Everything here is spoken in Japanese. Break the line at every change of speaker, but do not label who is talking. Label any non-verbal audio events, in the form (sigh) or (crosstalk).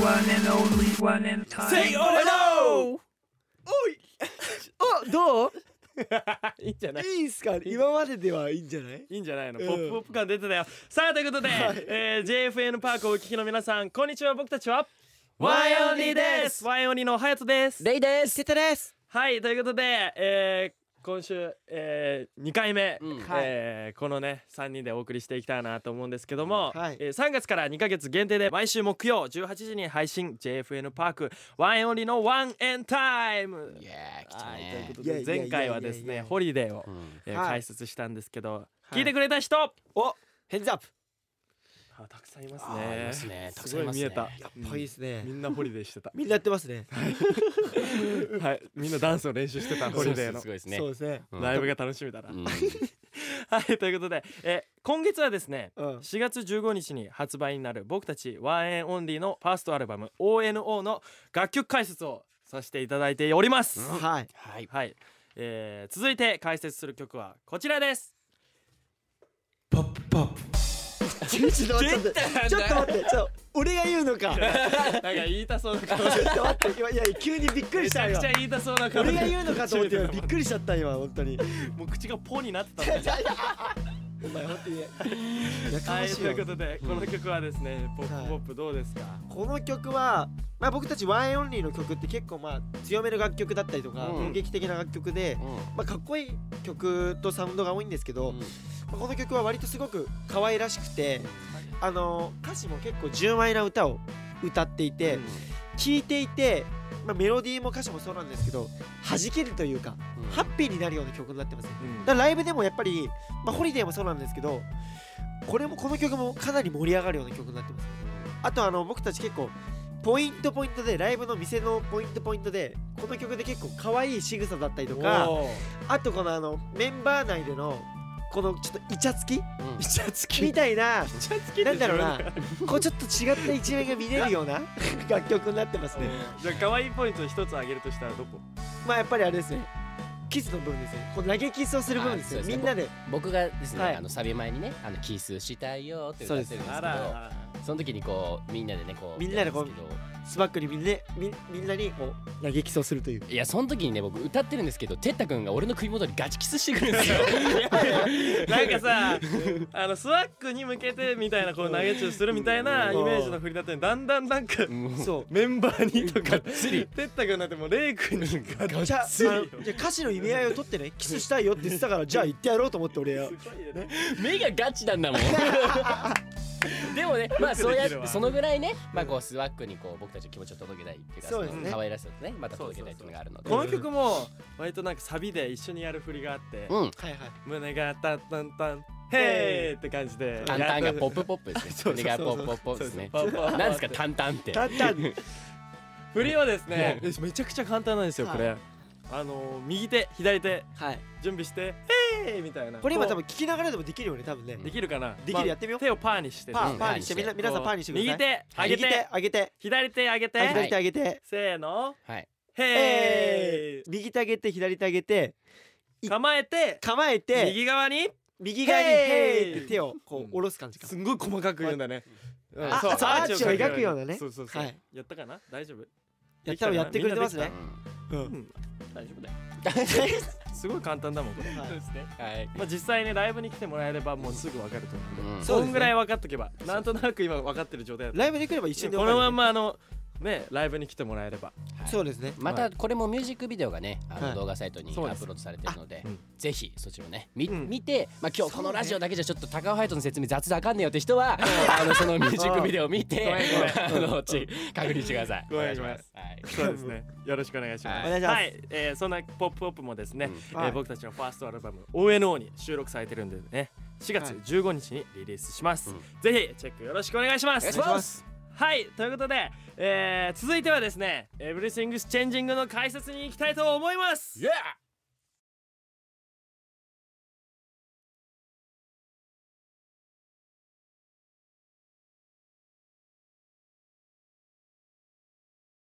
One and only one and time.
Say hello!
お (laughs) いあどう
いいんじゃない
いいっすか今までではいいんじゃない
いいんじゃないの、
うん
ポップポップ感出てたよさあということで、
はい
えー JFN パークをお聞きの皆さんこんにちは僕たちは
ワイオンリーです
ワイオンリーのハヤトです
レイですテテです
はいということで、えー今週、え2回目、
うん
えーこのね3人でお送りしていきたいなと思うんですけども、
はい
え3月から2ヶ月限定で毎週木曜18時に配信 JFN パークワイオンリーのワンエンタイム
いやー、来た
はいという
ね
こと
いやい
で
やいや
前回はです
いやい
ね
や
ホリデーを、
うん
えー
はい
解説したんですけど、
い
聞いてくれた人、
ヘッズアップ
あたくさんいます
あーいます
ね
ね。
す
た
ご
くさんいますね
見えた。
やっぱいいっすね。
みんなホリデーしてた
みんなやってますね
(laughs) はい、みんなダンスを練習してたホリデー
そうそう
の
すごいですね
そう。ですね
うん
ライブが楽しみだな。
う
(laughs)
ん
はい、ということで、えー今月はですね。
うん
4月15日に発売になる僕たちワンエンオンリーのファーストアルバム ONO の楽曲解説をさせていただいております、
はい
はい。
はい、えー続いて解説する曲はこちらです
(laughs) ポップポップちょっと待ってちょっと待ってちょっと俺が言
(laughs)
うのか
なんか言いたそうな顔
ちょっと待って今いや急にびっくり
め
し
ち
た
ゃく
よ
ちゃ言いたそうな顔
俺が言うのか
(laughs)
と思って
よ
今びっくりしちゃった今本当に
もう口がポになってたんだ
お前本当にやか
は
ま
い、
し
と
い
い
わ
うことで、この曲はですね、ポップポップどうですか。
この曲は、まあ、僕たちワンエンオンリーの曲って結構まあ強めの楽曲だったりとか
うん
攻撃的な楽曲で、まあ、かっこいい曲とサウンドが多いんですけど、
うん
まあこの曲は割とすごく可愛らしくて、あの歌詞も結構純愛な歌を歌っていて聴、いていて、まあ、メロディーも歌詞もそうなんですけど弾けるというか、ハッピーになるような曲になってますねだからライブでもやっぱり、まあ、ホリデーもそうなんですけどこれもこの曲もかなり盛り上がるような曲になってますあとあの僕たち結構ポイントポイントでライブの店のポイントポイントでこの曲で結構可愛い仕草だったりとか
おー
あとこのあのメンバー内でのこのちょっとイチャつき
うん
イチャつき。
みたいな
イチャつき。
なんだろうな。こうちょっと違った一面が見れるような楽曲になってますね
じゃあ、可愛いポイント一つ挙げるとしたら、どこ。
まあやっぱりあれですねキスの部分ですねこう投げキスをする部分ですね
あそうで
み
すね
んなで
僕がですね、
はい
あのサビ前にね、あのキスしたいよーって歌ってるんです
あ
けど、
ら。
その時にこうみんなでね、こう
みんなでこう
やるんです
スバックにみんなみみんなにこう投げキスをするという
けどいやその時にね、僕歌ってるんですけど、てったくんが俺の首元にガチキスしてくるんですよ。
(laughs) なんかさ、あのスワックに向けてみたいな、こう投げ中するみたいなイメージの振りだったのに、だんだんなんか。
うん
そう
メンバーにと
が
か
っ、つり
てったくんなんてもうレイ君にがっ
じゃあ
つり
あのじゃあ歌詞の意味合いを取ってねキスしたいよって言ってたからじゃあ言ってやろうと思って俺は
目がガチなんだもん。でもね、まあそうや
よくできるわ
そのぐらいね、まあこうスワックにこう僕たちの気持ちを届けたいっていうか、
そうですね
の可愛らしさとね、また届けたいっていうのがあるので。
この曲も割となんかサビで一緒にやる振りがあって、
うん、
はいはい
胸がタンタンタンヘーって感じで
タンタンがポップポップですね。
(laughs) そうそうそう
それがポップポップポップですね。
そうそう
なんですかタンタンって。
だったん
振りはですね
ね
えめちゃくちゃ簡単なんですよ
はい
これあのー右手左手
はい
準備してヘーみたいな
これ今
う
多分聞きながらでもできるよね多分ね
できるかな
できる
まあ
やってみよう
手をパーにして
パ
ね
ーパーにしてみんな皆さんパーにしてください
右手上げ
右手
て
上げて
左手上げ
あ
て
左手上げて
せーの
はい。
ヘー
右手上げて左手上げてい
構えて
構えて
右側に
右側に「へ
へ
い」
い
って手をこう下ろす感じか
すんごい細かく言うんだねうん
あ
そう
そうアーチを
描
描くようなね
そうそうそう
はい
やったかな大丈夫
やったらやってくれてます
み
ね
大丈夫だよ (laughs)
は
すごい簡単だもんこれ
はい
い。
まあ実際ねライブに来てもらえればもうすぐ分かると思う
うん
そ
そ
うですね
んぐらい分かっとけばなんとなく今分かってる状態だ
ライブで来れば一瞬で
このまん
ま
まあのねライブに来てもらえれば
そうですね
またこれもミュージックビデオがね、あ
は
の
い
動画サイトにア
そうです
ップロードされてるので、
うん
ぜひそっちもね、み
うん
見て、まあ今日
そう
こ
ね
のラジオだけじゃちょっと高尾隼人の説明雑であかんねよって人は、あのそのミュージックビデオを見て、 (laughs) あのち確認してください。
ごめんなさい
お願いします。はい。
そうですねよろしくお願いします
お願いします
はいえーそんなポップポップもですね
うん
え
は
ー
い
僕たちのファーストアルバム ONO に収録されてるんでね4月15日にリリースします
うん
ぜひチェックよろしくお願いしま
お願
す
いします。
はいということでえー続いてはですね Everything's Changing の解説に行きたいと思います
イエー